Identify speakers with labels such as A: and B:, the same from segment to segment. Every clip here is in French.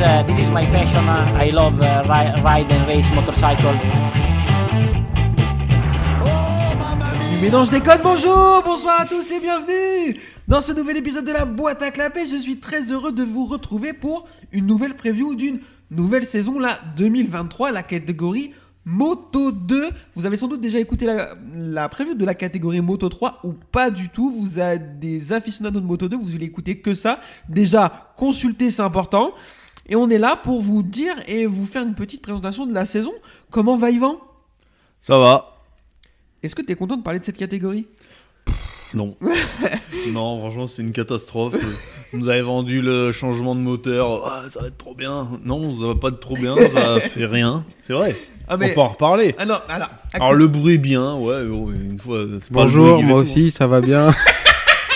A: uh, is my passion. I love uh, ri- ride and race motorcycle.
B: Du mélange des codes, bonjour, bonsoir à tous et bienvenue dans ce nouvel épisode de la boîte à clapet. Je suis très heureux de vous retrouver pour une nouvelle preview d'une nouvelle saison, la 2023, la catégorie Moto 2. Vous avez sans doute déjà écouté la, la preview de la catégorie Moto 3 ou pas du tout. Vous êtes des aficionados de Moto 2, vous voulez écouter que ça. Déjà, consultez, c'est important. Et on est là pour vous dire et vous faire une petite présentation de la saison. Comment va Yvan
C: Ça va
B: Est-ce que tu es content de parler de cette catégorie
C: Non. non, franchement, c'est une catastrophe. Vous nous avez vendu le changement de moteur. Ah, ça va être trop bien. Non, ça va pas être trop bien. Ça fait rien. C'est vrai.
B: Ah, mais-
C: On peut en reparler.
B: Alors, alors,
C: Alors, le bruit, bien. Ouais, bon, une fois. c'est pas le
D: Bonjour,
C: bruit qui
D: moi
C: fait tout,
D: aussi, ça va bien.
C: hein.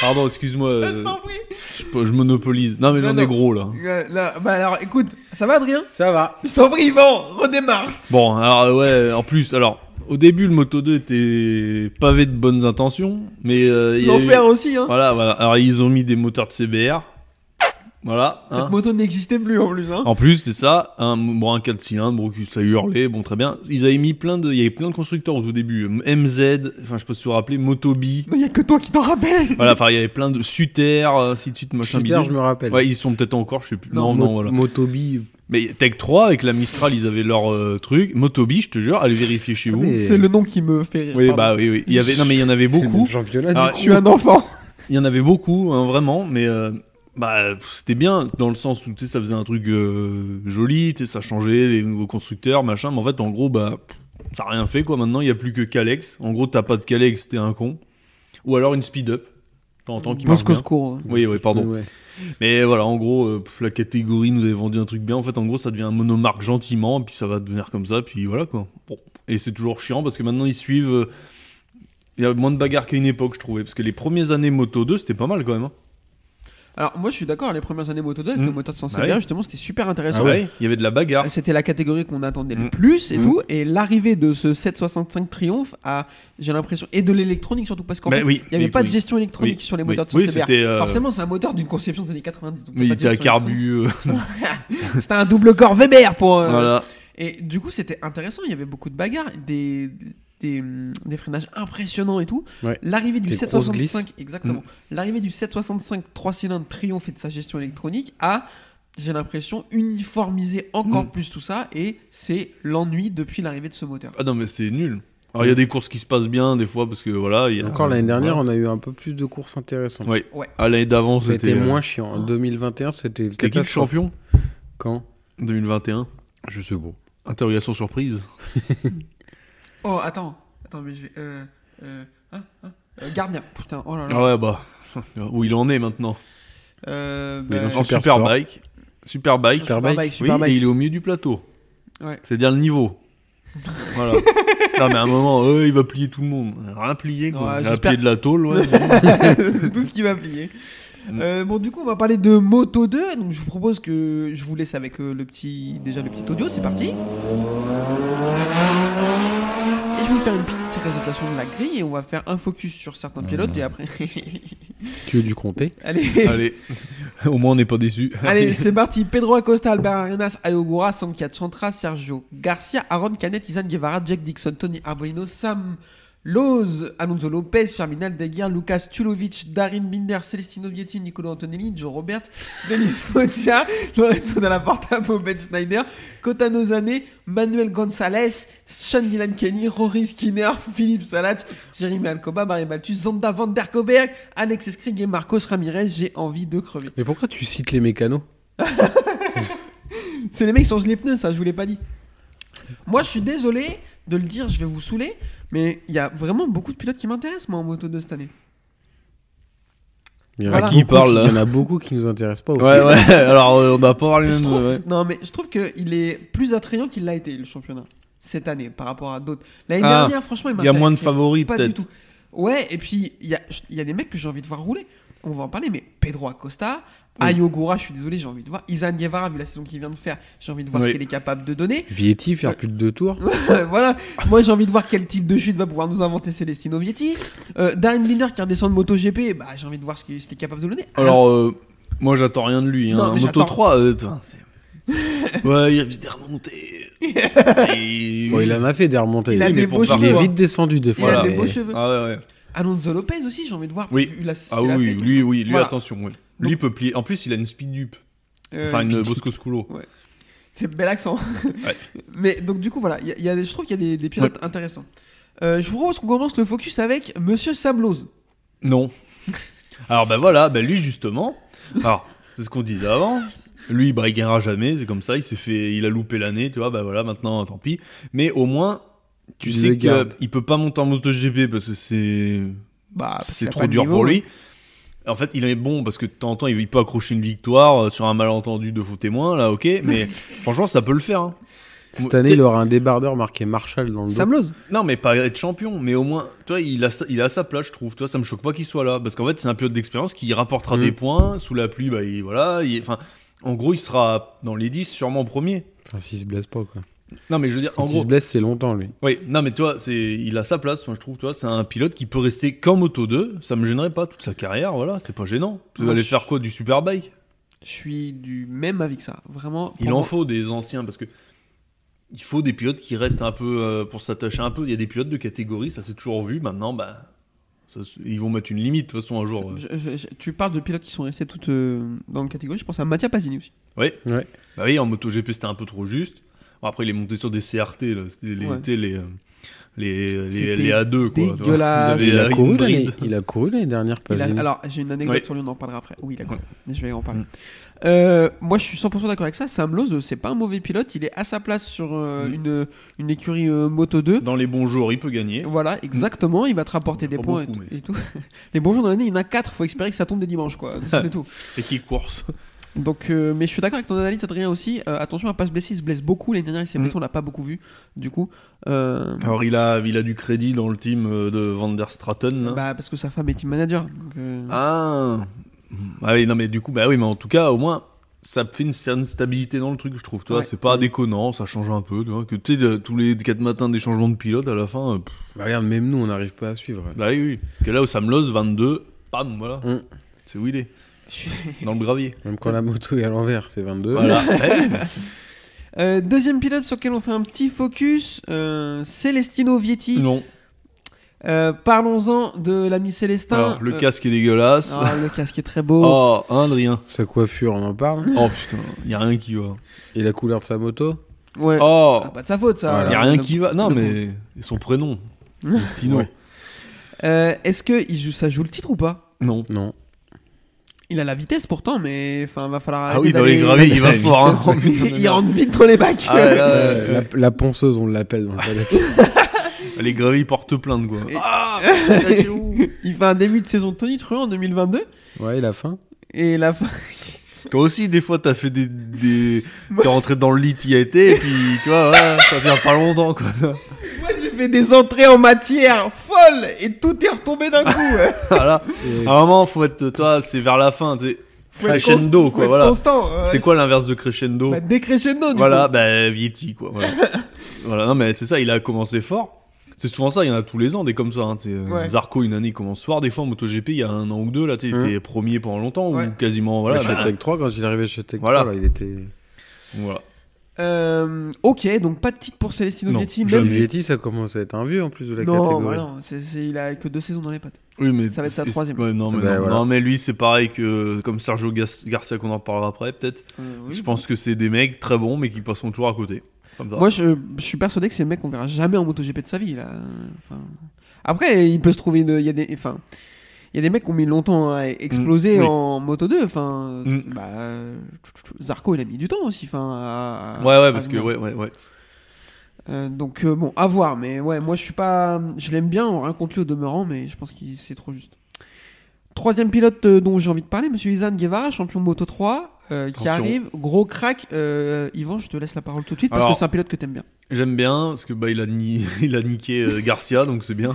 C: Pardon, excuse-moi. euh,
B: Attends, oui.
C: Je, je monopolise. Non, mais
B: Non,
C: j'en
B: non.
C: ai gros là.
B: Euh, là, bah alors, écoute, ça va, Adrien
D: ça va.
B: Je t'en prie, Yvan, redémarre
C: Bon, alors ouais, en plus, alors au début, le Moto 2 était pavé de bonnes intentions, mais euh, il y a eu-
B: L'enfer aussi, hein
C: Voilà, voilà. Alors ils ont mis des moteurs de CBR. Voilà.
B: Cette
C: hein. Oh.
B: moto n'existait plus en plus, hein
C: En plus, c'est ça, un, bon, un 4 cylindres, bon, ça hurlait, bon, très bien. Ils avaient mis plein de, il y avait plein de constructeurs au tout début, MZ, enfin, je peux se rappeler, Motobi,
B: Il y a que toi qui t'en rappelles
C: voilà, enfin, il y avait plein de Suter, euh, ainsi de suite, machin
D: Twitter,
C: bidule.
D: je me rappelle.
C: Ouais, ils sont peut-être encore, je sais plus. Non, non,
D: Mo-
C: voilà.
D: Motobi.
C: Mais Tech 3, avec la Mistral, ils avaient leur euh, truc. Motobi, je te jure, allez vérifier chez vous.
D: Ah, mais-
B: C'est le nom qui me fait rire.
C: Ah Oui,
B: pardon.
C: bah oui, oui. Il y avait, non, mais il y en avait
D: C'est le
C: beaucoup.
D: même championnat.
C: Ah,
D: du
B: Je suis un enfant
C: Il y en avait beaucoup, hein, vraiment, mais euh, bah, pff, c'était bien dans le sens où tu sais, ça faisait un truc euh, joli, tu sais, ça changeait, les nouveaux constructeurs, machin, mais en fait, en gros, bah, pff, ça n'a rien fait, quoi. Maintenant, il n'y a plus que Calex. En gros, t'as pas de Calex, t'es un con. Ou alors une speed-up, de temps en temps, qui hein. marche bien.
B: secours. hein.
C: Oui, oui,
D: coup.
C: pardon.
D: Ouais.
C: Mais voilà, en gros, euh, pff, la catégorie nous avait vendu un truc bien. En fait, en gros, ça devient un monomarque gentiment, puis ça va devenir comme ça, puis voilà quoi. Bon. Et c'est toujours chiant parce que maintenant ils suivent. euh, Il y a moins de bagarres qu'à une époque, je trouvais. Parce que les premières années Moto 2, c'était pas mal quand même. hein.
B: Alors, moi, je suis d'accord, les premières années Moto 2, avec
C: Mm.
B: le moteur de 100
C: Bah
B: CBR,
C: oui.
B: justement, c'était super intéressant.
C: Ah ouais, Il y avait de la bagarre.
B: C'était la catégorie qu'on attendait le
C: Mm.
B: plus et
D: Mm.
B: tout. Et l'arrivée de ce 765 Triumph à, j'ai l'impression, et de l'électronique surtout parce qu'en
C: Bah
B: fait,
C: oui,
B: il n'y avait
C: oui,
B: pas de
C: oui.
B: gestion électronique
C: Oui,
B: sur les
C: oui.
B: moteurs de
C: Oui,
B: 100 CBR.
C: c'était, euh,
B: Forcément, c'est un moteur d'une conception des années 90. donc
C: Mais
B: y
C: il
B: a pas de
C: était à
B: gestion électronique.
C: carbu. euh,
B: C'était un double corps Weber pour. euh,
C: voilà.
B: Et du coup, c'était intéressant. Il y avait beaucoup de bagarres, des, des, hum, des freinages impressionnants et tout.
D: Ouais.
B: L'arrivée du
D: Des grosses Mm.
B: 765, exactement. L'arrivée du 765 3 cylindres triomphe de sa gestion électronique a, j'ai l'impression, uniformisé encore
C: Mm.
B: plus tout ça. Et c'est l'ennui depuis l'arrivée de ce moteur.
C: Ah non, mais c'est nul. Alors il y a des courses qui se passent bien des fois parce que voilà. il y a-
D: Encore l'année dernière,
C: voilà.
D: on a eu un peu plus de courses intéressantes.
C: Ouais.
B: Ouais.
C: Ah, l'année d'avant, c'était.
D: C'était
C: euh,
D: moins chiant. En 2021, c'était.
C: C'était qui le
D: catastrophe.
C: champion
D: Quand
C: 2021.
D: Je sais pas.
C: Interrogation surprise.
B: Oh, attends. Attends, mais j'ai. Euh, euh, hein, hein, euh, Gardner, putain, oh là là.
C: Ah ouais, bah. Où il en est maintenant
B: Euh,
D: Mais
B: bah,
D: dans
C: En
D: Super
C: Superbike. Superbike.
D: Super- Superbike.
B: Superbike,
C: Oui,
B: Superbike.
C: et il est au milieu du plateau.
B: Ouais.
C: C'est-à-dire le niveau. voilà. Non, mais à un moment, euh, il va plier tout le monde. Rien plié, quoi.
B: Ouais,
C: il a
B: j'espère-
C: plié de la tôle, ouais.
B: tout ce qui va plier.
C: Mm.
B: Euh, bon, du coup, on va parler de Moto 2. Donc, je vous propose que je vous laisse avec euh, le petit, déjà le petit audio. C'est parti. Et je vais vous faire une petite réservation de la grille et on va faire un focus sur certains pilotes et après.
D: Tu veux du compter
B: Allez.
C: Allez, au moins on n'est pas déçus.
B: Allez, c'est parti. Pedro Acosta, Albert Arenas, Ayogura, Sankia Chantra, Sergio Garcia, Aaron Canet, Izan Guevara, Jack Dixon, Tony Arbolino, Sam Loz, Alonso Lopez, Ferminal Deguer, Lucas Tulovic, Darin Binder, Celestino Vietti, Nicolo Antonelli, Joe Roberts, Denis Foggia, Lorenzo Dalla Porta, Ben Schneider, Kota Nozane, Manuel Gonzalez, Sean Dylan Kenny, Rory Skinner, Philippe Salac, Jérémy Alcoba, Marie Baltus, Zonda Van Der Koberg, Alex Escrig et Marcos Ramirez. J'ai envie de crever.
D: Mais pourquoi tu cites les mécanos
B: C'est les mecs qui changent les pneus, ça, je vous l'ai pas dit. Moi, je suis désolé de le dire, je vais vous saouler, mais il y a vraiment beaucoup de pilotes qui m'intéressent, moi, en moto 2 cette année.
D: Il y en
B: Voilà.
D: a
C: À Ah, qui il
D: beaucoup
C: parle, là
D: Il y en a beaucoup qui nous intéressent pas. au
C: Ouais, ouais, alors euh, on n'a pas parlé
B: Je
C: même.
B: trouve,
C: ouais.
B: Non, mais je trouve qu'il est plus attrayant qu'il l'a été, le championnat, cette année, par rapport à d'autres. L'année
C: Ah,
B: dernière, franchement, il
C: Il y a moins de
B: m'intéressait
C: favoris,
B: Pas du
C: peut-être.
B: tout. Ouais, et puis, il y a, il y a des mecs que j'ai envie de voir rouler. On va en parler, mais Pedro Acosta,
C: Oui.
B: Ayogura, je suis désolé, j'ai envie de voir. Izan Guevara, vu la saison qu'il vient de faire, j'ai envie de voir
C: Oui.
B: ce qu'il est capable de donner.
D: Vietti, faire
B: Ouais.
D: plus de deux tours.
B: Euh, voilà, moi j'ai envie de voir quel type de chute va pouvoir nous inventer Celestino Vietti. Euh, Darren Binder qui redescend de MotoGP, bah, j'ai envie de Ah, voir ce qu'il ce qu'il est capable de donner.
C: Alors, euh, moi j'attends rien de lui. Hein.
B: Non, mais
C: Moto
B: j'attends-
C: 3, euh, t'as- c'est- Ouais, il a visité remonté. Et-
D: Bon, il en a fait des remontées.
B: Il a
D: Oui,
B: des
D: mais pour
B: beaux
D: faire- Il
B: cheveux. hein.
D: est vite descendu des
B: Il
D: fois.
B: a des
D: mais-
B: beaux cheveux.
C: Ah ouais, ouais.
B: Alonso Lopez aussi, j'ai envie de voir.
C: Oui.
B: vu la- ce
C: Ah
B: qu'il a
C: oui,
B: fait.
C: lui, oui, lui,
B: Voilà.
C: attention, ouais. Lui peut plier. En plus, il a une speed dupe.
B: Euh,
C: Enfin, une Bosco Sculo.
B: C'est bel accent.
C: Ouais.
B: Mais donc du coup voilà, il y a- il y a des- je trouve qu'il y a des, des pilotes intéressants. Euh, je vous propose qu'on commence le focus avec Monsieur Sabloz.
C: Non. Alors, bah voilà, bah lui, justement. Alors, c'est ce qu'on disait avant. Lui, bah, il gagnera jamais, c'est comme ça. Il s'est fait, il a loupé l'année, tu vois. Bah voilà, maintenant, tant pis. Mais au moins, tu
D: Il le
C: sais
D: garde.
C: qu'il peut pas monter en MotoGP parce que c'est
B: Bah, parce qu'il
C: c'est
B: a
C: trop
B: pas de
C: dur
B: niveau. hein.
C: pour lui. En fait, il est bon parce que de temps en temps, il peut accrocher une victoire euh, sur un malentendu de faux témoin, là, ok. Mais franchement, ça peut le faire. hein.
D: Cette
C: T'es-
D: année, il aura un débardeur marqué Marshall dans le dos.
B: Sabloz.
C: Non, mais pas être champion, mais au moins, tu vois, il a, sa- il a sa place, je trouve. Tu vois, ça me choque pas qu'il soit là, parce qu'en fait, c'est un pilote d'expérience qui rapportera
D: Mm.
C: des points sous la pluie. Bah, il, voilà, il- enfin, en gros, il sera dans les 10 sûrement premier.
D: Enfin, s'il se blesse pas, quoi.
C: Non, mais je veux dire,
D: Quand
C: en
D: il
C: gros,
D: se blesse, c'est longtemps, lui.
C: oui, non, mais toi, c'est, il a sa place, moi, je trouve. Toi, c'est un pilote qui peut rester qu'en moto 2, ça me gênerait pas toute sa carrière, voilà, c'est pas gênant. Tu vas
B: Moi,
C: aller
B: je-
C: faire quoi du superbike
B: Je suis du même avis que ça. Vraiment.
C: Il
B: pour
C: en
B: moi-
C: faut des anciens parce que il faut des pilotes qui restent un peu euh, pour s'attacher un peu. Il y a des pilotes de catégorie, ça s'est toujours vu. Maintenant, bah, ça se- ils vont mettre une limite de toute façon un jour. euh.
B: Je- je- je- tu parles de pilotes qui sont restés toutes euh, dans le catégorie. Je pense à Mattia Pasini aussi.
C: Ouais.
D: Ouais.
C: Bah oui, en MotoGP c'était un peu trop juste. Bon, après, il est monté sur des CRT, là. c'était les,
B: Ouais.
C: tu sais, les, euh, les, les-
B: C'était
C: les A2 quoi. tu vois.
B: dégueulasse.
C: Vous avez,
D: Il a,
C: euh, une
D: couru l'année-
C: bride.
D: il a couru l'année dernière,
B: Il a-
D: Pasini.
B: alors, j'ai une anecdote
C: Ouais.
B: sur lui, on en parlera après. Oui, d'accord. Je vais en parler.
C: Mm.
B: Euh, moi, je suis 100% d'accord avec ça. Sam Lowe, c'est pas un mauvais pilote. Il est à sa place sur euh,
C: Mm.
B: une, une écurie euh, Moto 2.
C: Dans les bons jours, il peut gagner.
B: Voilà, exactement. Il va te rapporter
C: Mm. Pas
B: des points et
C: beaucoup,
B: tout-
C: mais-
B: et tout. Les bons jours dans l'année, il y en a 4. Faut espérer que ça tombe des dimanches, quoi. C'est tout.
C: Et qui course.
B: Donc, euh, mais je suis d'accord avec ton analyse, Adrien aussi. Euh, attention à pas se blesser. Il se blesse beaucoup. L'année dernière, il s'est blessé.
C: Mm.
B: On l'a pas beaucoup vu. Du coup, euh,
C: Alors, il a, il a du crédit dans le team euh, de Van der Straten. là.
B: bah, parce que sa femme est team manager. donc, euh,
C: Ah. Ah oui, non, mais du coup, bah oui, mais en tout cas, au moins, ça fait une certaine stabilité dans le truc, je trouve. Toi,
B: Ouais. Mm.
C: c'est pas déconnant, ça change un peu. Tu vois, que tu sais, de- tous les 4 matins des changements de pilote à la fin. euh, pff,
D: Bah, regarde, même nous, on n'arrive pas à suivre.
C: bah oui, oui. Que là, où ça me lose, 22, pam, voilà.
B: Mm.
D: Hum.
C: C'est où il est
B: je suis-
C: Dans le gravier.
D: Même quand la moto est à l'envers, c'est 22.
C: Voilà. Eh,
B: Euh, deuxième pilote sur lequel on fait un petit focus, euh, Celestino Vietti.
C: Eh, non.
B: Euh, Parlons-en de l'ami Célestin.
C: Alors, le
B: Euh,
C: casque est dégueulasse.
B: ah, le casque est très beau.
C: Oh, Indrien.
D: Sa coiffure, on en parle.
C: Oh putain, y a rien qui va.
D: Et la couleur de sa moto.
B: Ouais.
C: Oh,
B: Ah, pas de sa faute ça.
D: Voilà.
C: y a
B: Alors,
C: rien
B: le-
C: qui va. Non,
B: le-
C: mais son prénom. Destino.
D: Ouais.
B: Euh, Est-ce que il joue, ça joue le titre ou pas
C: Non.
D: Non.
B: Il a la vitesse pourtant, mais enfin, va falloir.
C: Ah
B: arrêter
C: oui, dans
B: d'aller-
C: les graviers, il va
D: la
C: fort. hein.
B: il rentre vite dans les bacs.
C: Ah, là, là, là.
D: Euh, la, la ponceuse, on l'appelle dans le palais.
C: Les graviers portent plainte, quoi.
B: Et-
C: Ah
B: il fait un début de saison tonitruant en 2022
D: Ouais, il a faim.
B: et la fin.
C: Toi aussi, des fois, t'as fait des. des...
B: Moi-
C: T'es rentré dans le lit, t'y as été, et puis, tu vois, ouais, ça vient pas longtemps, quoi.
B: Moi j'ai fait des entrées en matière folles et tout est retombé d'un coup.
C: Voilà.
D: Et-
C: À un moment, faut être. Toi, c'est vers la fin, tu sais.
B: Faut être
C: Crescendo,
B: const-
C: quoi,
B: faut être
C: voilà.
B: Constant. euh,
C: C'est quoi l'inverse de crescendo
B: bah, Décrescendo. Du
C: Voilà,
B: coup.
C: bah, Vietti, quoi. Voilà. Voilà, non, mais c'est ça, il a commencé fort. C'est souvent ça, il y en a tous les ans, des comme ça. hein, tu sais, euh,
B: Ouais. Hein.
C: Zarco, une année, il commence fort. Des fois, en MotoGP, il y a un an ou deux, là, tu sais, il
D: Hum.
C: était premier pendant longtemps,
B: Ouais.
C: ou quasiment, voilà.
D: chez
C: bah,
D: Tech 3, quand il est arrivé chez Tech
C: Voilà.
D: 3, là, il était.
C: voilà.
B: Euh, ok, donc pas de titre pour Celestino
C: Non,
B: Vietti.
C: jamais.
B: Même...
D: Vietti, ça commence à être un vieux en plus de la
B: Non,
D: catégorie.
B: bah non c'est- c'est- il a que deux saisons dans les pattes.
C: Oui, mais
B: Ça va être sa
C: c'est-
B: troisième.
C: ouais, non, mais
D: Ben,
C: non.
D: voilà.
C: Non, mais lui, c'est pareil que comme Sergio Gas- Garcia, qu'on en parlera après, peut-être.
B: Euh, oui.
C: Je pense que c'est des mecs très bons, mais qui passeront toujours à côté. Comme ça.
B: Moi, je, je suis persuadé que c'est le mec qu'on verra jamais en MotoGP de sa vie. Là. Enfin, Après, il peut se trouver. une- Il y a des, enfin, il y a des mecs qui ont mis longtemps à exploser
C: Mm, oui.
B: en Moto 2. Enfin,
C: Mm.
B: bah, euh, Zarco, il a mis du temps aussi. Enfin, à- à-
C: ouais, ouais,
B: à
C: parce que,
B: venir.
C: ouais, ouais, ouais.
B: Euh, donc euh, bon, à voir. Mais ouais, moi je suis pas, je l'aime bien, rien contre lui au demeurant, mais je pense que c'est trop juste. Troisième pilote euh, dont j'ai envie de parler, Monsieur Izan Guevara, champion de Moto 3, euh, qui
C: Attention.
B: arrive, gros crack. Euh, Yvan, je te laisse la parole tout de suite parce
C: Alors-
B: que c'est un pilote que t'aimes bien.
C: J'aime bien, parce que bah, il, a ni- il a niqué euh, Garcia, donc c'est bien.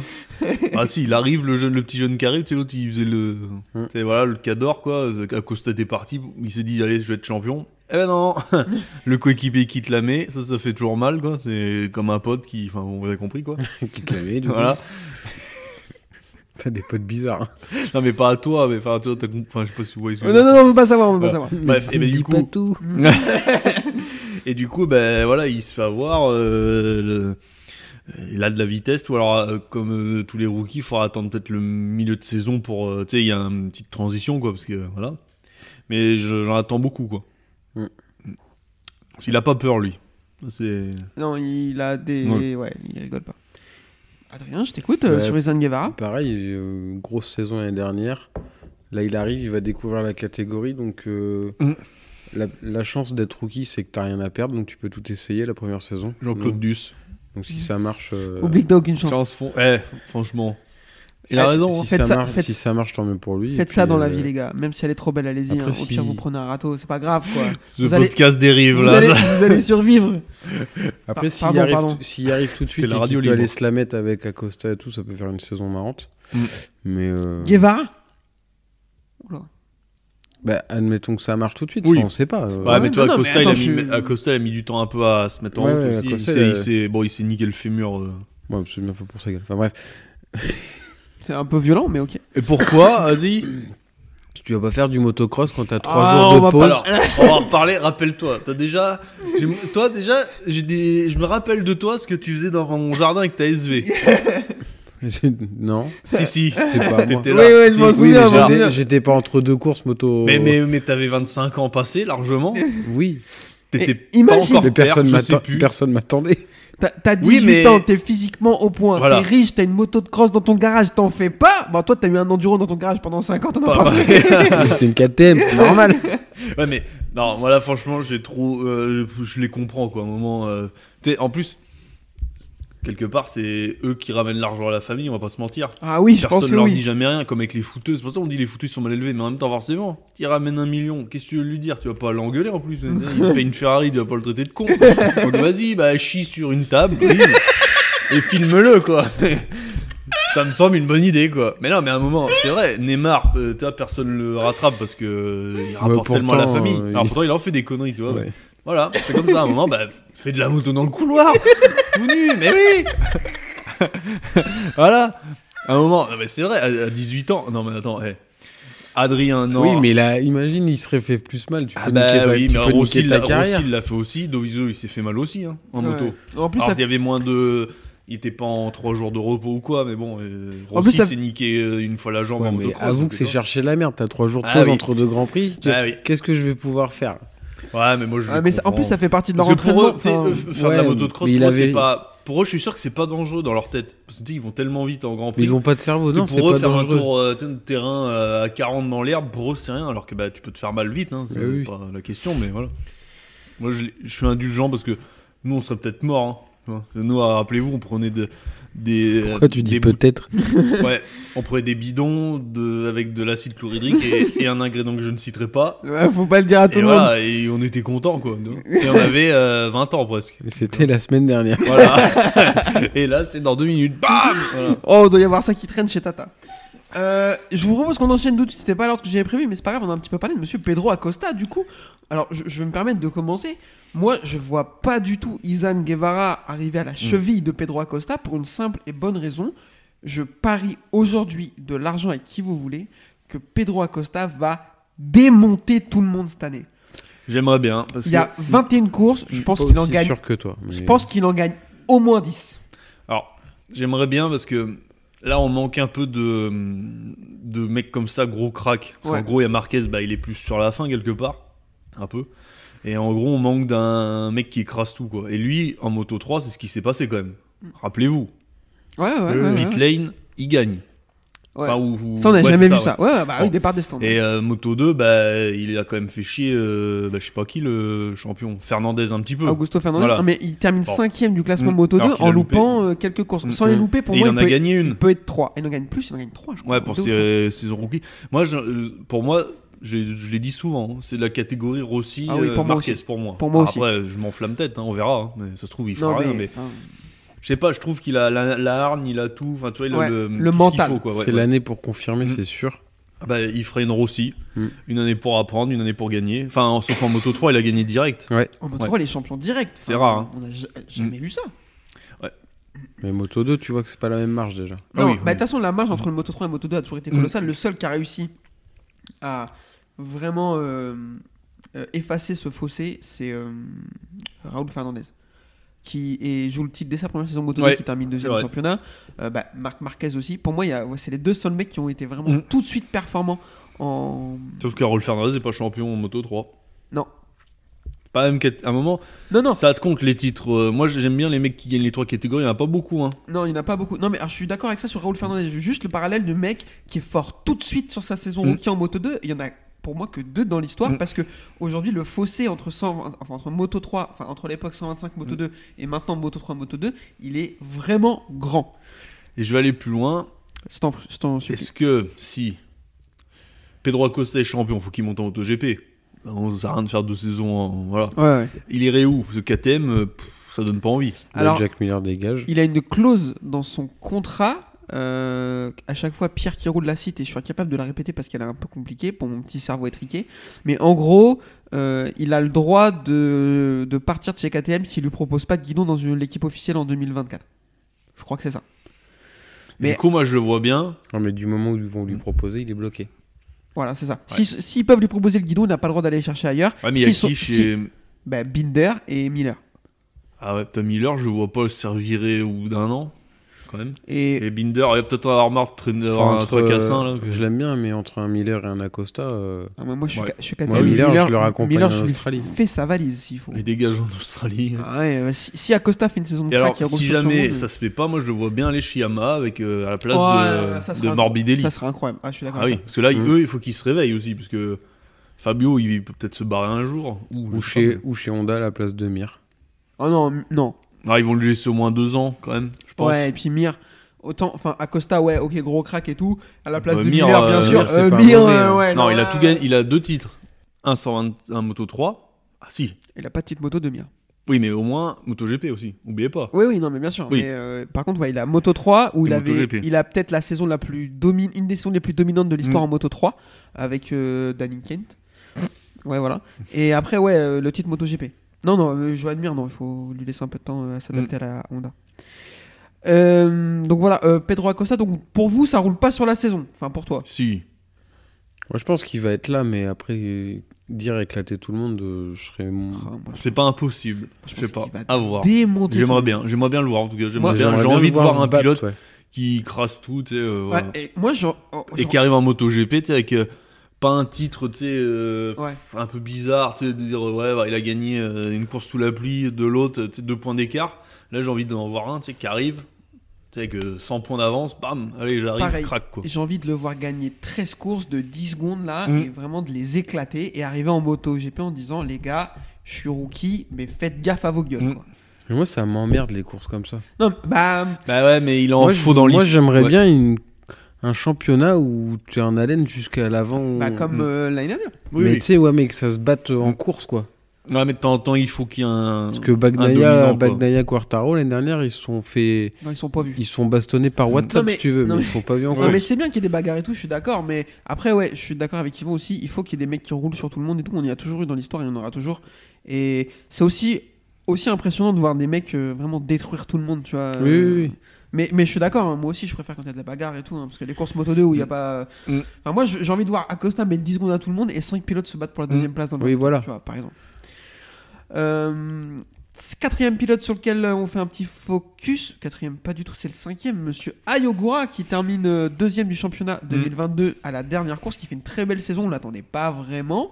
C: Ah si, il arrive, le, jeune, le petit jeune qui arrive, tu sais, l'autre, il faisait le...
B: Hein.
D: Mm.
C: tu sais, voilà, le cador, quoi. Acosta était parti, il s'est dit, allez, je vais être champion. Eh ben non Le coéquipier qui te la met, ça, ça fait toujours mal, quoi. C'est comme un pote qui... Enfin, vous avez compris, quoi.
D: Qui te l'avait, du coup.
C: voilà.
D: T'as des potes bizarres.
C: Non, mais pas à toi, mais enfin, à toi, t'as... com- Enfin, je sais pas si vous voyez... ce que
B: Euh,
C: je veux
B: non, non, non, on veut pas savoir, on veut
C: Voilà.
B: pas savoir.
C: Bref, et ben,
D: Dis
C: du
D: pas
C: coup-
D: tout.
C: dire. Et du coup, ben voilà, il se fait avoir. euh, le- euh, Il a de la vitesse, ou alors, euh, comme euh, tous les rookies, il faudra attendre peut-être le milieu de saison pour. euh, tu sais, il y a une petite transition, quoi, parce que euh, voilà. Mais je- j'en attends beaucoup, quoi.
D: Mm.
C: Il a pas peur, lui. C'est.
B: Non, il a des. Ouais,
C: Ouais.
B: il rigole pas. Adrien, je t'écoute
D: Ouais.
B: euh, sur Izan Guevara.
D: Pareil, euh, grosse saison l'année dernière. Là, il arrive, il va découvrir la catégorie. Donc, euh,
C: Mm.
D: la, la chance d'être rookie, c'est que t'as rien à perdre. Donc, tu peux tout essayer la première saison.
C: Jean-Claude
B: Mm.
D: Donc,
C: Duss.
D: donc si ça marche. euh,
B: Oublie que t'as aucune chance.
C: Charles Fon- Eh, franchement. Il a
B: Faites-
C: raison. hein.
D: Si
B: Faites
D: ça,
B: ça-
D: marche,
B: faites-
D: si ça marche, tant mieux pour lui. et
B: Faites
D: puis,
B: ça dans la
D: euh,
B: vie, les gars. Même si elle est trop belle, allez-y.
D: après,
B: hein. Au pire,
D: si-
B: vous prenez un râteau. C'est pas grave, quoi.
C: Ce
B: Vous allez-
C: podcast dérive,
B: vous,
C: là.
B: allez,
C: ça.
B: vous allez survivre.
D: Après,
B: Par-
D: s'il
B: pardon,
D: arrive,
B: pardon.
D: s'il arrive tout de suite,
C: C'était la
D: et
C: radio
D: qu'il peut aller
C: libre.
D: se la mettre avec Acosta et tout, ça peut faire une saison marrante.
C: Mm.
D: Mais euh,
B: Guevara Oula.
D: bah, admettons que ça marche tout de suite.
C: Oui.
D: enfin, on sait pas. euh,
C: Ouais,
B: Ouais,
C: mais
B: non,
C: toi,
B: non,
C: Acosta,
B: mais
C: il a
B: attends,
C: mis,
B: je-
C: Acosta, il a mis du temps un peu à se mettre en
D: Ouais,
C: route
D: ouais,
C: aussi.
D: Acosta,
C: il s'est-
B: euh,
D: il a-
C: il s'est- bon, il s'est niqué le fémur. euh.
D: ouais, absolument pas pour ça. Enfin bref,
B: C'est un peu violent, mais ok.
C: Et pourquoi Vas-y.
D: tu vas pas faire du motocross quand t'as trois
B: Ah,
D: jours
B: on
D: de
B: va pas
D: pause.
C: Alors, on va en reparler. Rappelle-toi. T'as déjà. j'ai- Toi, déjà, j'ai des- je me rappelle de toi ce que tu faisais dans mon jardin avec ta SV.
D: non,
C: si, si.
D: c'est pas moi.
C: T'étais
B: Oui,
C: là.
B: oui, je
C: Si.
B: m'en
D: Oui,
B: souviens.
D: mais
B: je m'en
C: genre-
D: j'étais-
B: souviens.
D: j'étais pas entre deux courses moto.
C: Mais, mais, mais t'avais 25 ans passé largement.
D: oui,
C: T'étais
B: Et
C: pas
B: imagine-
C: encore
D: mais
C: père,
D: personne
C: je sais
D: m'atta-
C: plus.
D: personne m'attendait.
B: T'as- T'as
C: Oui,
B: 18
C: mais-
B: ans, t'es physiquement au point,
C: Voilà.
B: t'es riche, t'as une moto de cross dans ton garage, t'en fais pas. Bah, toi, t'as eu un enduro dans ton garage pendant 5 ans, t'en as
C: Pas
B: pas
C: vrai.
B: fait.
D: Mais C'était une KTM, c'est normal.
C: Ouais, mais non, moi là, franchement, j'ai trop. euh, je les comprends, quoi. À un moment. euh, tu sais, en plus, quelque part, c'est eux qui ramènent l'argent à la famille, on va pas se mentir.
B: Ah oui, je
C: Personne
B: pense que
C: leur
B: oui.
C: dit jamais rien, comme avec les footeuses. C'est pour ça qu'on dit les footeuses sont mal élevées, mais en même temps, forcément, il ramène un million. Qu'est-ce que tu veux lui dire Tu vas pas l'engueuler en plus. Il paye une Ferrari, tu vas pas le traiter de con. Donc vas-y, bah chie sur une table, brille, et filme-le, quoi. Ça me semble une bonne idée, quoi. Mais non, mais à un moment, c'est vrai, Neymar, euh, tu vois, personne le rattrape parce que euh, il rapporte
D: pourtant,
C: tellement à la famille.
D: euh,
C: Alors
D: il-
C: pourtant, il en fait des conneries, tu vois.
D: Ouais.
C: Voilà, c'est comme ça, à un moment, bah, fais de la moto dans le couloir, tout nu, mais oui Voilà, à un moment, non, mais c'est vrai, à à 18 ans, non mais attends, hé. Adrien, non.
D: Oui, mais là, imagine, il serait fait plus mal. Tu peux
C: Ah bah
D: niquer, sa-
C: oui,
D: tu
C: mais
D: peux
C: Rossi
D: niquer ta
C: l'a
D: carrière.
C: Rossi l'a fait aussi, Doviso il s'est fait mal aussi, hein, en
B: Ouais.
C: moto.
B: En plus,
C: Alors
B: ça
C: il y avait moins de... Il était pas en 3 jours de repos ou quoi, mais bon, euh,
B: En plus,
C: Rossi
B: ça-
C: s'est niqué euh, une fois la jambe
D: Ouais,
C: en
D: mais
C: motocross,
D: avoue
C: donc,
D: que
C: tu
D: c'est
C: vois.
D: chercher la merde. T'as trois jours de
C: Ah
D: pause
C: oui.
D: entre deux grands prix. Tu-
C: Ah oui.
D: Qu'est-ce que je vais pouvoir faire
C: Ouais, mais moi je
B: Ah,
C: le
B: mais ça- en plus,
C: comprends.
B: ça fait partie de leur
C: Parce que pour eux,
B: entraînement.
C: tu sais,
B: enfin,
C: eux, f- faire de
D: ouais,
C: la moto de cross,
D: mais il
C: pour, eux, c'est
D: avait-
C: pas... pour eux, je suis sûr que c'est pas dangereux dans leur tête. Parce que tu sais, ils vont tellement vite en Grand
D: Mais
C: Prix.
D: ils ont pas de cerveau,
C: que
D: non C'est
C: pour eux,
D: pas
C: faire un
D: dangereux.
C: tour euh, tu sais, de terrain euh, à 40 dans l'herbe, pour eux, c'est rien. Alors que bah, tu peux te faire mal vite, hein, c'est
D: Mais Bah oui.
C: pas la question, mais voilà. Moi, je, l'ai- je suis indulgent parce que nous, on serait peut-être morts. hein, tu vois. Nous, ah, rappelez-vous, on prenait de- des. euh,
D: Pourquoi tu dis
C: des
D: peut-être
C: bouts- Ouais, on prenait des bidons de- avec de l'acide chlorhydrique et, et un ingrédient que je ne citerai pas.
B: ouais, faut pas le dire à tout
C: euh, Et
B: le monde.
C: voilà, et on était contents, quoi. nous. Et on avait euh, 20 ans presque.
D: C'était la semaine dernière.
C: Voilà. Et là, c'est dans deux minutes. Bam Voilà.
B: Oh, il doit y avoir ça qui traîne chez Tata. Euh, je vous propose qu'on enchaîne tout de suite. C'était pas l'ordre que j'avais prévu, mais c'est pas grave. On a un petit peu parlé de Monsieur Pedro Acosta. Du coup, alors je, je vais me permettre de commencer. Moi, je vois pas du tout Izan Guevara arriver à la cheville de Pedro Acosta pour une simple et bonne raison. Je parie aujourd'hui de l'argent avec qui vous voulez que Pedro Acosta va démonter tout le monde cette année.
C: J'aimerais bien. Parce
B: Il y a 21 courses. Je pense
D: Pas
B: qu'il en
D: aussi
B: gagne.
D: sûr que toi.
B: Je
D: mais-
B: pense qu'il en gagne au moins 10.
C: que, alors, j'aimerais bien parce que là, on manque un peu de, de mecs comme ça, gros crack. Parce
B: Ouais.
C: qu'en gros, il y a Marquez, bah, il est plus sur la fin quelque part. Un peu. Et en gros, on manque d'un mec qui écrase tout. Quoi. Et lui, en moto 3, c'est ce qui s'est passé quand même. Rappelez-vous,
B: Ouais, ouais, ouais.
C: le
B: ouais,
C: pit
B: ouais.
C: lane, il gagne.
B: Ouais.
C: Enfin, ou- ou-
B: Ça, on n'a
C: ouais,
B: jamais
C: c'est
B: vu
C: ouais.
B: ça. Ouais, ouais, bah oui,
C: Bon.
B: départ des stands.
C: Et euh, Moto 2, bah, il a quand même fait chier, euh, bah, je sais pas qui, le champion. Fernandez un petit peu.
B: Augusto Fernandez,
C: Hmm. Voilà.
B: Non, mais il termine
C: Bon.
B: cinquième du classement
C: Mm.
B: Moto 2
C: Alors qu'il
B: en
C: a loupé.
B: loupant euh, quelques courses.
C: Mm.
B: Sans les
D: Mm.
B: louper, pour
C: Et
B: moi,
C: il en
B: il
C: a
B: peut, hein.
C: gagné
B: il
C: une.
B: peut être 3. Il en gagne plus, il en gagne 3, je crois.
C: Ouais, pour
B: Deux ou
C: ses
B: trois.
C: euh, saisons rookies. Moi, je, euh, pour moi, je, je l'ai dit souvent, hein, c'est de la catégorie Rossi,
B: Ah oui, pour
C: euh,
B: moi
C: Marquez
B: aussi.
C: pour moi.
B: Pour moi
C: Alors
B: aussi.
C: Après, je m'enflamme peut-être, hein, on verra. hein, mais ça se trouve, il fera
B: Non,
C: rien.
B: mais,
C: Mais
B: enfin,
C: je sais pas, je trouve qu'il a la, la hargne, il a tout. Enfin, tu vois, il a
B: Ouais,
C: le,
B: le
C: tout ce qu'il
B: mental.
C: faut, quoi, ouais.
D: C'est l'année pour confirmer,
C: Mm.
D: c'est sûr.
C: Ah bah, il ferait une Rossi,
D: Mm.
C: une année pour apprendre, une année pour gagner. Enfin, en- sauf en Moto 3, il a gagné direct.
B: En Moto
C: Ouais.
B: 3, les champions directs.
C: C'est rare, hein.
B: On n'a ja- jamais vu ça.
D: Mais Moto 2, tu vois que c'est pas la même marge déjà.
C: Ah
B: Non,
C: oui, Mm.
B: bah, de
C: oui.
B: toute façon, la marge entre le Moto 3 et le Moto 2 a toujours été colossale. Le seul qui a réussi à vraiment euh, euh, effacer ce fossé, c'est euh, Raoul Fernandez qui est- joue le titre dès sa première saison moto
C: Ouais,
B: qui termine deuxième
C: c'est
B: au
C: vrai.
B: championnat. Euh, bah, Marc Marquez aussi. Pour moi, il y a- ouais, c'est les deux seuls mecs qui ont été vraiment
C: Mm.
B: tout de suite performants en.
C: Sauf que Raoul Fernandez n'est pas champion en moto 3.
B: Non.
C: Pas même qu'à à un moment,
B: Non, non,
C: ça te compte les titres. Euh, Moi j'aime bien les mecs qui gagnent les trois catégories, il n'y en a pas beaucoup. Hein.
B: non, il n'y en a pas beaucoup. Non, mais alors, je suis d'accord avec ça sur Raoul Fernandez. Juste le parallèle du mec qui est fort tout de suite sur sa saison
C: Mm.
B: rookie en moto 2. Il y en a pour moi que deux dans l'histoire
C: Mm.
B: parce que aujourd'hui le fossé entre 120 enfin, entre moto 3 enfin entre l'époque 125 moto 2 et maintenant moto 3 moto 2 il est vraiment grand
C: Et je vais aller plus loin.
B: je t'en- je t'en supplie.
C: Est-ce que si Pedro Acosta est champion, faut qu'il monte en AutoGP on sert à rien de faire deux saisons. en- Voilà.
B: Ouais, ouais.
C: Il irait où Ce KTM, euh, pff, ça donne pas envie.
B: Alors-
D: Alors, Jack Miller dégage.
B: Il a une clause dans son contrat. euh, à chaque fois, Pierre qui roule la cite, et je suis incapable de la répéter parce qu'elle est un peu compliquée pour mon petit cerveau étriqué. Mais en gros, euh, il a le droit de, de partir de chez KTM s'il lui propose pas de guidon dans une- l'équipe officielle en 2024. Je crois que c'est ça. Mais-
C: Du coup, moi je le vois bien.
D: Non, mais du moment où ils vont
C: Mm.
D: lui proposer, il est bloqué.
B: Voilà, c'est ça. Si- S'ils peuvent lui proposer le guidon, il n'a pas le droit d'aller le chercher ailleurs.
C: Ah, mais il y a
B: S'ils sont-
C: qui chez.
B: si- bah, Binder et Miller.
C: Ah ouais, Tom Miller, je vois pas le servirait au bout d'un an, quand même.
B: Et,
C: Et Binder, il y a peut-être un Armard traîner
D: Enfin,
C: un
D: entre,
C: tracassin là.
D: euh,
C: que-
D: Je l'aime bien, mais entre un Miller et un Acosta, euh,
B: Ah, mais moi, je suis,
C: Ouais.
B: ca- je suis KTM.
D: Moi, Miller, je le raccompagne
B: Miller,
D: en
B: je lui
D: Australie.
B: fais sa valise s'il faut.
C: Il dégage en Australie.
B: Ah ouais, bah, si, si Acosta fait une saison de
C: Et alors,
B: track, il roule
C: si
B: sur le
C: jamais
B: monde.
C: ça se fait pas, moi je le vois bien aller chez Yamaha avec euh, à la place
B: Ouais, ça
C: de,
B: serait
C: de
B: inc-
C: Morbidelli.
B: Ça serait incroyable. Ah, je suis d'accord.
C: Ah oui,
B: avec
C: parce que là,
D: Mm.
C: eux, il faut qu'ils se réveillent aussi, parce que Fabio, il peut peut-être se barrer un jour. Ou,
D: ou,
C: je sais
D: chez,
C: pas,
D: ou chez Honda à la place de Mir.
B: ça. Oh non, m- non.
C: mais- Ah, ils vont lui laisser au moins deux ans quand même, je pense.
B: Ouais, et puis Mir. Autant, enfin, Acosta, ouais, ok, gros crack et tout. À la place
C: Bah,
B: de
C: Mir,
B: Miller, bien
C: euh,
B: sûr.
D: Mir, c'est
B: Euh,
D: pas
B: Mir,
D: mauvais,
B: euh,
D: hein.
B: ouais.
C: non, il a
B: ouais,
C: tout gagné,
B: ouais.
C: il a deux titres. Un 121 Moto 3. Ah si.
B: Il a pas de petite moto de Mir.
C: Oui, mais au moins MotoGP aussi, oubliez pas.
B: Oui, oui, non, mais bien sûr.
C: Oui.
B: Mais, euh, par contre, ouais, il a Moto 3 où il
C: Et
B: avait,
C: MotoGP.
B: il a peut-être la saison la plus domine, une des saisons les plus dominantes de l'histoire
C: Mm.
B: en Moto 3 avec euh, Danny Kent. Ouais, voilà. Et après, ouais, euh, le titre MotoGP. Non, non, euh, je l'admire. Non, il faut lui laisser un peu de temps euh, à s'adapter
C: Mm.
B: à la Honda. Euh, donc voilà, euh, Pedro Acosta. Donc pour vous, ça roule pas sur la saison. Enfin pour toi.
C: Si.
D: Moi, je pense qu'il va être là, mais après, euh, dire éclater tout le monde, euh, je serais. mon-
B: Ah, moi, je
C: C'est pas impossible.
B: pense
C: Je sais pas.
B: qu'il va
C: À voir.
B: Démonter. tout
C: J'aimerais
B: le
C: bien. J'aimerais bien le voir en tout cas. J'aimerais
B: Moi,
C: bien.
D: j'aimerais
C: J'ai
D: bien
C: envie
D: le
C: de voir
D: se
C: un
D: battre,
C: pilote
D: ouais.
C: qui crasse tout, tu sais, euh,
B: monde.
C: voilà.
B: Ouais, et moi, j'en- oh,
C: et
B: j'en-
C: qui arrive en MotoGP, tu sais, avec euh, pas un titre, tu sais, euh,
B: Ouais.
C: un peu bizarre, tu sais, de dire euh, ouais, bah, il a gagné euh, une course sous la pluie, de l'autre, tu sais, deux points d'écart. Là, j'ai envie d'en voir un, tu sais, qui arrive, tu sais, avec euh, 100 points d'avance, bam,
B: Pareil.
C: allez, j'arrive, crac quoi.
B: J'ai envie de le voir gagner 13 courses de 10 secondes là
C: Mm.
B: et vraiment de les éclater et arriver en moto GP en disant les gars, je suis rookie, mais faites gaffe à vos gueules.
C: Mm.
B: Quoi.
D: Mais moi, ça m'emmerde les courses comme ça.
B: Non, bah,
D: Mm.
C: Bah ouais, mais il en
D: moi,
C: faut
D: je-
C: dans
D: moi, j'aimerais
C: Ouais.
D: bien une- un championnat où tu es en haleine jusqu'à l'avant.
B: bah, comme euh, l'année dernière.
C: Oui,
D: mais
C: oui.
D: tu sais, ouais, mais que ça se batte euh, en course, quoi.
C: Ouais, mais de temps en temps, il faut qu'il y ait un.
D: Parce que
C: dominant,
D: Bagnaia,
C: quoi.
D: Bagnaia Quartaro, l'année dernière, ils se sont fait.
B: Non, ils sont pas vus.
D: Ils sont bastonnés par WhatsApp,
B: mais-
D: si tu veux,
B: non,
D: mais,
B: mais-
D: ils sont pas vus en
C: Ouais.
B: Non,
D: course.
B: mais c'est bien qu'il y ait des bagarres et tout, je suis d'accord. Mais après, ouais, je suis d'accord avec Yvon aussi. Il faut qu'il y ait des mecs qui roulent sur tout le monde et tout. On y a toujours eu dans l'histoire, il y en aura toujours. Et c'est aussi, aussi impressionnant de voir des mecs euh, vraiment détruire tout le monde, tu vois. euh,
D: Oui, oui, oui.
B: Mais, mais je suis d'accord, hein, moi aussi je préfère quand il y a de la bagarre et tout, hein, parce que les courses Moto 2 où il n'y a pas.
C: Mm.
B: Enfin, moi je- j'ai envie de voir Acosta mettre 10 secondes à tout le monde et 5 pilotes se battre pour la deuxième place dans le
D: Oui,
B: même temps,
D: voilà.
B: Tu vois, par exemple. Euh, Quatrième pilote sur lequel euh, on fait un petit focus. Quatrième, pas du tout, c'est le cinquième, monsieur Ayogura qui termine euh, deuxième du championnat 2022 à la dernière course, qui fait une très belle saison. On l'attendait pas vraiment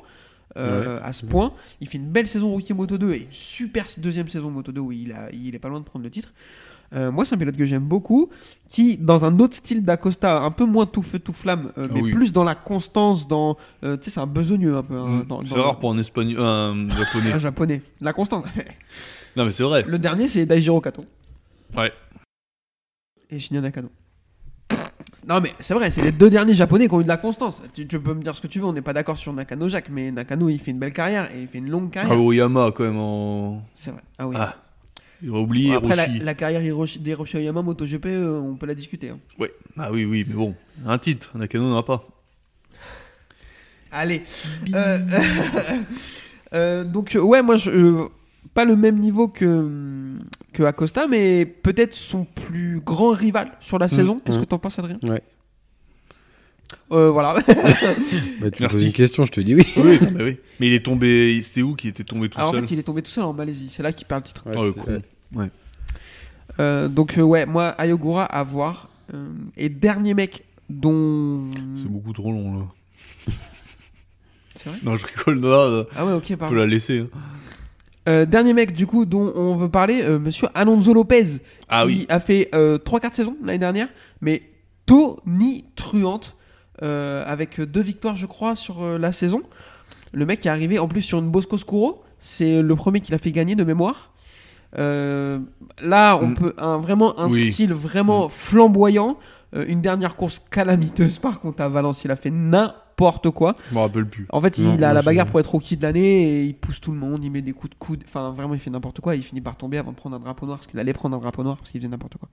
B: euh, à ce point. Il fait une belle saison rookie Moto 2 et une super deuxième saison Moto 2 où il, a, il est pas loin de prendre le titre. Euh, moi, c'est un pilote que j'aime beaucoup, qui, dans un autre style d'Acosta, un peu moins tout feu, tout flamme, euh,
C: Ah
B: mais
C: oui.
B: plus dans la constance, dans. euh, tu sais, c'est un besogneux un peu. hein,
C: Mm.
B: dans-
C: C'est
B: dans-
C: rare pour un espagnol, un japonais.
B: un japonais. La constance.
C: non, mais c'est vrai.
B: Le dernier, c'est Daijiro Kato.
C: Ouais.
B: Et Shinya Nakano. Non, mais c'est vrai, c'est les deux derniers japonais qui ont eu de la constance. Tu, tu peux me dire ce que tu veux, on n'est pas d'accord sur Nakano Jacques, mais Nakano, il fait une belle carrière et il fait une longue carrière.
C: Aoyama, Ah, quand même, en.
B: C'est vrai. Ah oui.
C: Ah, Il va oublier
B: Bon, après, la,
C: Hiroshi.
B: la carrière Hiroshi- d'Hiroshi Oyama, MotoGP, euh, on peut la discuter. hein.
C: Ouais. Ah oui, oui, mais bon. Un titre, Nakano n'en a pas.
B: Allez. Euh, euh, donc euh, ouais, moi je euh, pas le même niveau que que Acosta, mais
C: Mm,
B: peut-être son plus grand rival sur la saison. Qu'est-ce que
D: mmh.
B: t'en penses, Adrien
D: Ouais.
B: Euh, voilà.
D: Bah, tu me
C: Merci.
D: poses une question, je te dis oui.
C: Oui, non, mais oui. Mais il est tombé. C'était où qui était tombé tout
B: Alors en
C: seul
B: fait, il est tombé tout seul en Malaisie. C'est là qu'il perd le titre.
C: Oh, le
D: c'est-
C: con.
B: Euh, donc euh, ouais, moi Ayogura à voir. Euh, et dernier mec dont.
C: C'est beaucoup trop long là.
B: C'est vrai.
C: Non, je rigole. Non, non, non.
B: Ah ouais, ok,
C: On
B: pardon.
C: peut la laisser. hein.
B: Euh, dernier mec du coup dont on veut parler, euh, Monsieur Alonso Lopez,
C: Ah
B: qui
C: oui.
B: a fait euh, trois quarts de saison l'année dernière, mais tonitruante euh, avec deux victoires je crois sur euh, la saison. Le mec est arrivé en plus sur une Bosco Scuro, c'est le premier qu'il a fait gagner de mémoire. Euh, là, on
C: Mm.
B: peut un, vraiment un
C: Oui. Mm.
B: style vraiment flamboyant. Euh, une dernière course calamiteuse par contre à Valence, il a fait n'importe quoi.
C: Je me rappelle plus.
B: En fait,
D: Non,
B: il a
D: non,
B: la
D: je-
B: bagarre pour être rookie de l'année et il pousse tout le monde, il met des coups de coude. Enfin, vraiment, il fait n'importe quoi. Il finit par tomber avant de prendre un drapeau noir parce qu'il allait prendre un drapeau noir parce qu'il faisait n'importe quoi.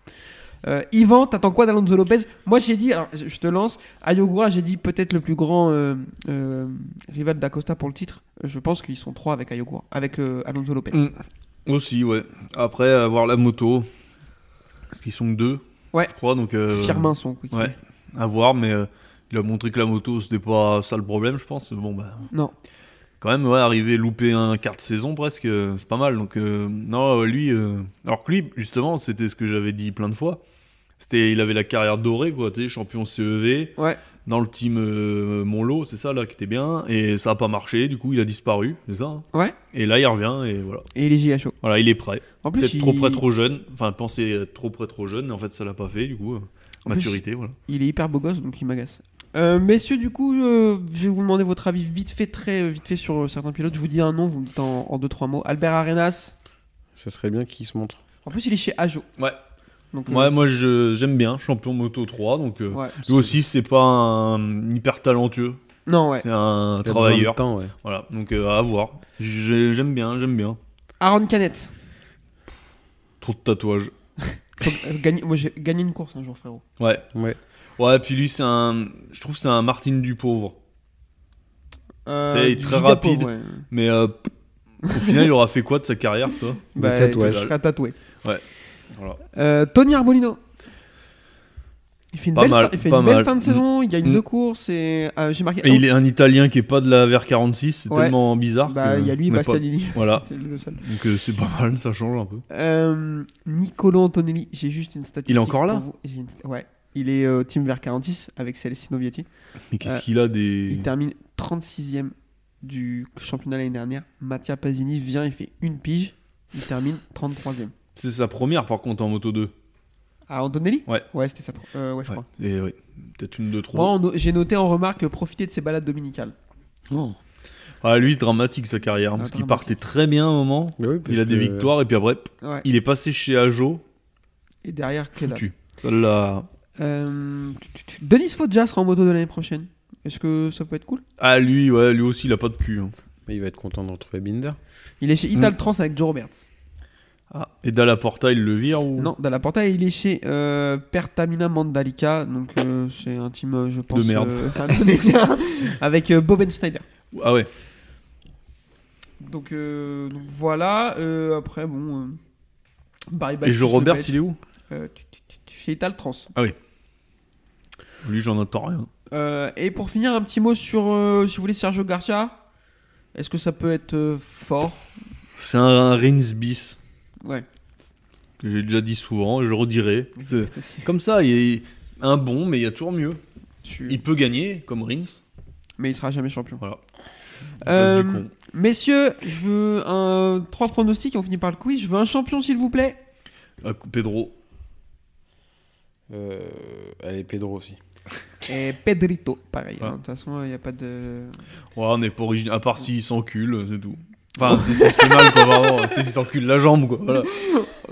B: Euh, Yvan, t'attends quoi d'Alonso Lopez Moi, j'ai dit, alors je je te lance, Ayogura, j'ai dit peut-être le plus grand euh, euh, rival d'Acosta pour le titre. Euh, Je pense qu'ils sont trois avec Ayogura, avec euh, Alonso Lopez.
C: Mm. Aussi, ouais. Après avoir la moto, parce qu'ils sont que deux.
B: Ouais.
C: Je crois donc. euh,
B: Firmin, son coéquipier.
C: Ouais. À voir, mais euh, il a montré que la moto c'était pas ça le problème, je pense. Bon bah.
B: Non.
C: Quand même, ouais, arriver louper un quart de saison presque, euh, c'est pas mal. Donc euh, non, euh, lui. euh, Alors que lui, justement, c'était ce que j'avais dit plein de fois. C'était, il avait la carrière dorée, quoi. Tu sais, champion CEV.
B: Ouais.
C: Dans le team euh, Monlo, c'est ça là qui était bien. Et ça a pas marché. Du coup, il a disparu, c'est ça. hein.
B: Ouais.
C: Et là, il revient et voilà.
B: Et les GHO.
C: Voilà, il est prêt.
B: En plus,
C: Peut-être
B: il...
C: trop près, trop jeune. Enfin, penser être trop près, trop jeune. En fait, ça l'a pas fait, du coup. euh,
B: En plus,
C: Maturité, voilà.
B: Il est hyper beau gosse, donc il m'agace. Euh, messieurs, du coup, euh, je vais vous demander votre avis vite fait, très euh, vite fait sur euh, certains pilotes. Je vous dis un nom, vous me dites en, en deux trois mots. Albert Arenas.
D: Ça serait bien qu'il se montre.
B: En plus, il est chez Ajo.
C: Ouais.
B: Donc, euh,
C: Ouais, moi, je- j'aime bien. Champion moto 3. Donc, euh,
B: ouais.
C: lui aussi, c'est pas un hyper talentueux.
B: Non, ouais.
C: C'est un
D: Il a
C: travailleur.
D: 20 ans, ouais.
C: Voilà. Donc, euh, à voir. J'ai- J'aime bien, j'aime bien.
B: Aaron Canet.
C: Trop de tatouages.
B: Faut- euh, gagner- moi, j'ai gagné une course un jour, frérot.
C: Ouais.
D: Ouais.
C: Ouais, puis lui, c'est un. Je trouve que c'est un Martine du pauvre.
B: Euh,
C: T'es
B: du
C: très
B: judo
C: rapide.
B: pauvre, ouais.
C: Mais euh, au final, il aura fait quoi de sa carrière, toi
B: Bah,
D: tatouages.
B: Il sera tatoué.
C: Voilà.
B: Euh, Tony Arbolino. Il fait une,
C: Pas
B: belle,
C: mal,
B: fin, il fait
C: pas
B: une belle
C: mal.
B: fin de saison, il gagne
C: Mm.
B: deux courses et euh, j'ai marqué.
C: Et il est un Italien qui est pas de la VR46, c'est
B: Ouais.
C: tellement bizarre.
B: Bah,
C: que-
B: il y a lui et
C: mais pas-
B: Bastianini.
C: Voilà.
B: C'est les deux seuls.
C: Donc euh, c'est pas mal, ça change un peu.
B: Euh, Nicolo Antonelli, j'ai juste une statistique.
C: Il est encore là
B: pour vous. J'ai une sta- Ouais, il est euh, team vers 46 avec Celestino Vietti.
C: Mais qu'est-ce
B: Euh,
C: qu'il a des.
B: Il termine 36ème du championnat l'année dernière. Mattia Pasini vient, il fait une pige. Il termine 33ème.
C: C'est sa première par contre en moto 2.
B: Ah, Antonelli
C: Ouais.
B: Ouais, c'était ça. Euh, ouais, je
C: Ouais.
B: crois.
C: Et ouais, peut-être une, deux,
B: Moi,
C: trois.
B: en no- j'ai noté en remarque euh, profiter de ses balades dominicales.
C: Non. Ah, lui, dramatique sa carrière, hein,
B: Ah,
C: parce qu'il
B: dramatique.
C: partait très bien à un moment.
D: Bah oui, parce
C: Il a des
D: que-
C: victoires, et puis après, pff,
B: Ouais.
C: il est passé chez Ajo.
B: Et derrière, Kedah.
C: Foutu. Celle-là.
B: Euh, tu- tu- tu- Denis Foggia sera en moto de l'année prochaine. Est-ce que ça peut être cool
C: Ah, lui, ouais, lui aussi, il a pas de cul. hein.
D: Mais il va être content de retrouver Binder.
B: Il est chez
C: Mm.
B: Ital Trans avec Joe Roberts.
C: Ah, et Dallaporta, il le vire ou
B: Non, Dalla Porta, il est chez euh, Pertamina Mandalika, donc euh, c'est un team, euh, je pense,
C: merde.
B: euh, indonésien, avec euh, Boben Schneider.
C: Ah ouais.
B: Donc, euh, donc voilà, euh, après, bon. euh, Barry
C: Et
B: Baptiste,
C: Joe
B: Bah, le
C: Robert,
B: Belge,
C: il est où
B: euh, tu- tu- tu- tu- chez Ital Trans.
C: Lui, j'en entends rien.
B: Euh, et pour finir, un petit mot sur, euh, si vous voulez, Sergio Garcia. Est-ce que ça peut être euh, fort
C: C'est un, un Rins bis
B: Ouais.
C: que j'ai déjà dit souvent et je redirai. C'est- Comme ça, il est un bon, mais il y a toujours mieux.
B: Tu-
C: Il peut gagner, comme Rins.
B: Mais il sera jamais champion.
C: Voilà.
B: Euh,
C: Reste du con.
B: messieurs, je veux un trois pronostics et on finit par le quiz. Je veux un champion, s'il vous plaît.
C: Ah, Pedro.
D: Euh, allez, Pedro aussi.
B: Et Pedrito, pareil. hein.
C: Ouais.
B: De toute façon, il n'y a pas de.
C: Ouais, on n'est pas original. À part s'il s'encule, c'est tout. Enfin, c'est- c'est c'est mal, quoi, vraiment. Tu sais, s'il s'encule la jambe, quoi. Voilà.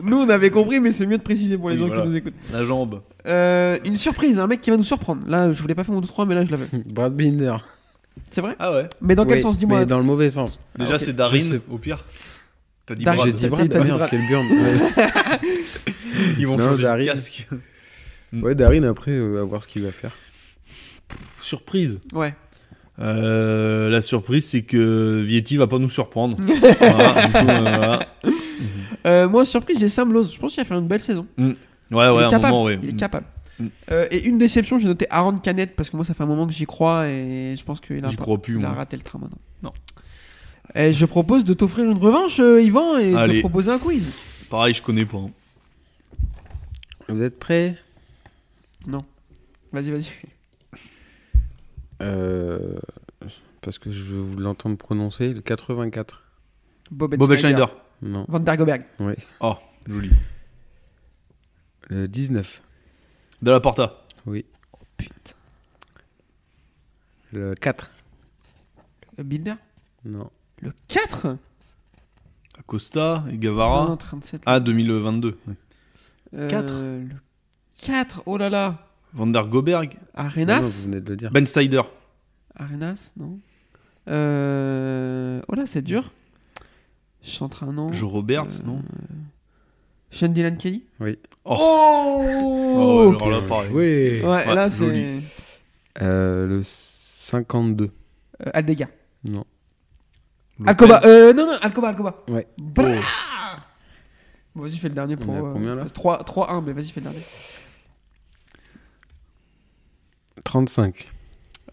B: Nous, on avait compris, mais c'est mieux de préciser pour les
C: Oui,
B: gens
C: voilà.
B: qui nous écoutent.
C: La jambe.
B: Euh, une surprise, un mec qui va nous surprendre. Là, je voulais pas faire mon 2-3, mais là, je l'avais.
D: Brad Binder.
B: C'est vrai
C: Ah ouais.
B: Mais dans quel
D: Oui,
B: sens Dis-moi.
D: mais Dans le mauvais sens.
C: Déjà,
B: ok.
C: c'est
D: Je
C: Darin,
D: sais.
C: au pire. T'as dit
B: Darin,
C: Brad.
D: J'ai dit
B: t'as-
D: Brad,
B: t'as dit
D: merde,
B: Brad.
D: quel burn. Ouais.
C: Ils vont
D: Non,
C: changer
D: Darin.
C: de casque.
D: ouais, Darin, après, euh, à voir ce qu'il va faire.
C: Surprise.
B: Ouais.
C: Euh, la surprise, c'est que Vietti va pas nous surprendre. Voilà, du coup, euh, voilà.
B: Euh, moi, surprise, j'ai Sam Lowe. Je pense qu'il va faire une belle saison.
C: Ah Ouais, ouais,
B: il, est
C: un
B: capable.
C: moment, ouais.
B: il est capable.
C: Mm.
B: Euh, et une déception, j'ai noté Aaron Canet parce que moi ça fait un moment que j'y crois et je pense qu'il a,
C: J'y
B: pas-
C: crois plus,
B: il a
C: moi.
B: raté le train maintenant.
C: Non.
B: Et je propose de t'offrir une revanche, euh, Yvan, et de te
C: Allez.
B: proposer un quiz.
C: Pareil, je connais pas. hein.
D: Vous êtes prêts
B: Vas-y, vas-y.
D: Euh, Parce que je veux vous l'entendre prononcer, le 84.
B: Bob
C: Bob Schneider.
D: Non,
B: Van der Goberg.
D: ouais.
C: Oh, joli.
D: Le 19.
C: De la Porta.
D: Oui. Oh putain. Le 4.
B: Euh, Binder.
D: Non.
B: Le 4
C: Costa et
B: Non,
C: Gavara.
B: non, 37.
C: Ah, 2022. ouais.
B: Euh,
C: quatre.
B: Le 4, oh là là.
C: Van der Goberg.
D: Non, non,
B: Arenas
D: vous venez de le dire.
C: Ben Stider.
B: Arenas, non euh... Oh là, c'est dur. Je suis en train, non
C: Joe Roberts, non
B: Sean Dylan Kelly
C: Oh.
B: Oh,
C: Oh, alors là, pareil.
D: Oui.
B: Ouais, là, c'est.
C: joli.
D: Euh, le 52.
B: Euh, Aldega.
D: Non.
C: Lopez.
B: Alcoba. Euh, non, non, Alcoba, Alcoba.
D: Ouais. Oh.
B: Bra- Bon, vas-y, fais le dernier
D: On
B: pour. euh,
D: est à combien, là
B: 3-1, mais vas-y, fais le dernier.
D: 35.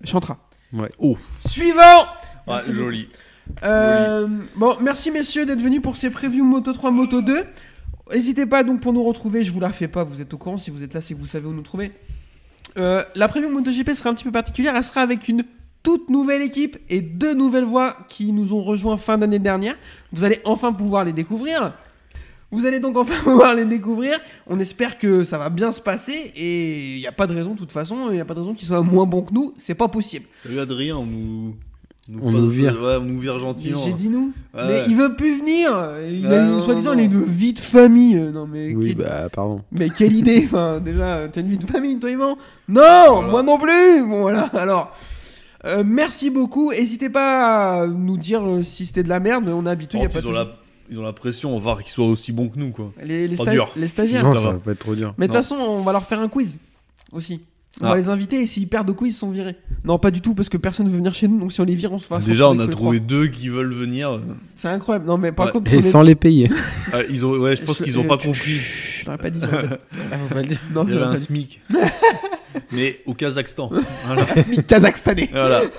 B: Chantra.
D: Ouais.
C: Oh.
B: Suivant
C: Ouais,
B: Merci beaucoup.
C: joli.
B: Euh, bon, merci messieurs d'être venus pour ces previews Moto 3, Moto 2. N'hésitez pas donc pour nous retrouver, je vous la fais pas, vous êtes au courant, si vous êtes là, c'est que vous savez où nous trouver. Euh, la preview MotoGP sera un petit peu particulière, elle sera avec une toute nouvelle équipe et deux nouvelles voix qui nous ont rejoints fin d'année dernière. Vous allez enfin pouvoir les découvrir. Vous allez donc enfin pouvoir les découvrir. On espère que ça va bien se passer et il n'y a pas de raison de toute façon, il n'y a pas de raison qu'ils soient moins bons que nous, c'est pas possible.
C: Salut Adrien, on nous.
D: On nous vire.
C: Ouais, on nous vire
B: Mais
C: gentiment.
B: J'ai dit nous.
C: Ouais,
B: mais
C: ouais.
B: il veut plus venir. Il
C: Ouais,
B: a,
C: non,
B: soi-disant,
C: non,
B: il a une vie de famille. Euh, Non, mais,
D: Oui,
B: quel-
D: bah, pardon.
B: mais quelle idée. Enfin, déjà, euh, t'as une vie de famille, toi, Yvan Non,
C: Voilà.
B: moi non plus. Bon, voilà. Alors, euh, merci beaucoup. N'hésitez pas à nous dire euh, si c'était de la merde. On a habitué.
C: Par
B: y a pas de
C: contre, Oh, ils, ont
B: souci.
C: la... ils ont la pression, on va qu'ils soient aussi bons que nous, quoi.
B: les, les,
C: Oh,
B: sta-
C: dur.
B: les stagiaires.
D: non,
C: ça
D: ça
C: va.
D: va pas être trop dur.
B: Mais de toute
C: Non.
B: façon, on va leur faire un quiz aussi. On
C: Ah.
B: va les inviter et s'ils perdent au quiz, ils sont virés. Non, pas du tout, parce que personne ne veut venir chez nous. Donc si on les vire, on se fera.
C: Déjà, on
B: retrouver
C: a
B: tous les
C: trouvé deux qui veulent venir. euh.
B: trois. C'est incroyable. Non, mais par
C: Ouais.
B: contre,
D: Et
B: on est-
D: sans les payer.
C: Ah, ils ont... Ouais, je pense
B: Je-
C: qu'ils ont
B: euh,
C: pas
B: tu-
C: compris.
B: je l'aurais pas dit. j'aurais pas dit.
D: Ah, faut pas le dire.
B: Non,
C: Il y
B: je
C: avait un
B: l'aurais pas dit.
C: SMIC. Mais au Kazakhstan. Voilà.
B: Asmi kazakhstanais.
C: Voilà.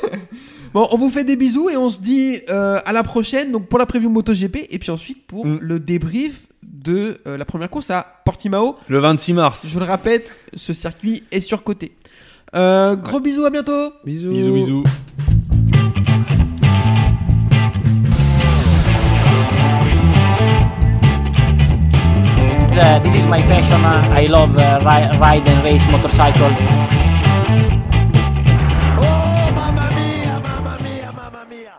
B: Bon, on vous fait des bisous et on se dit euh, à la prochaine. Donc pour la preview MotoGP et puis ensuite pour
C: Mm.
B: le débrief de euh, la première course à Portimao.
C: Le 26 mars.
B: Je vous le rappelle, ce circuit est surcoté. Euh, gros bisous, à bientôt.
D: Bisous.
C: Bisous, bisous.
A: Uh, this is my passion. Uh, I love uh, ri- ride and race motorcycle.
E: Oh, mamma mia, mamma mia, mamma mia!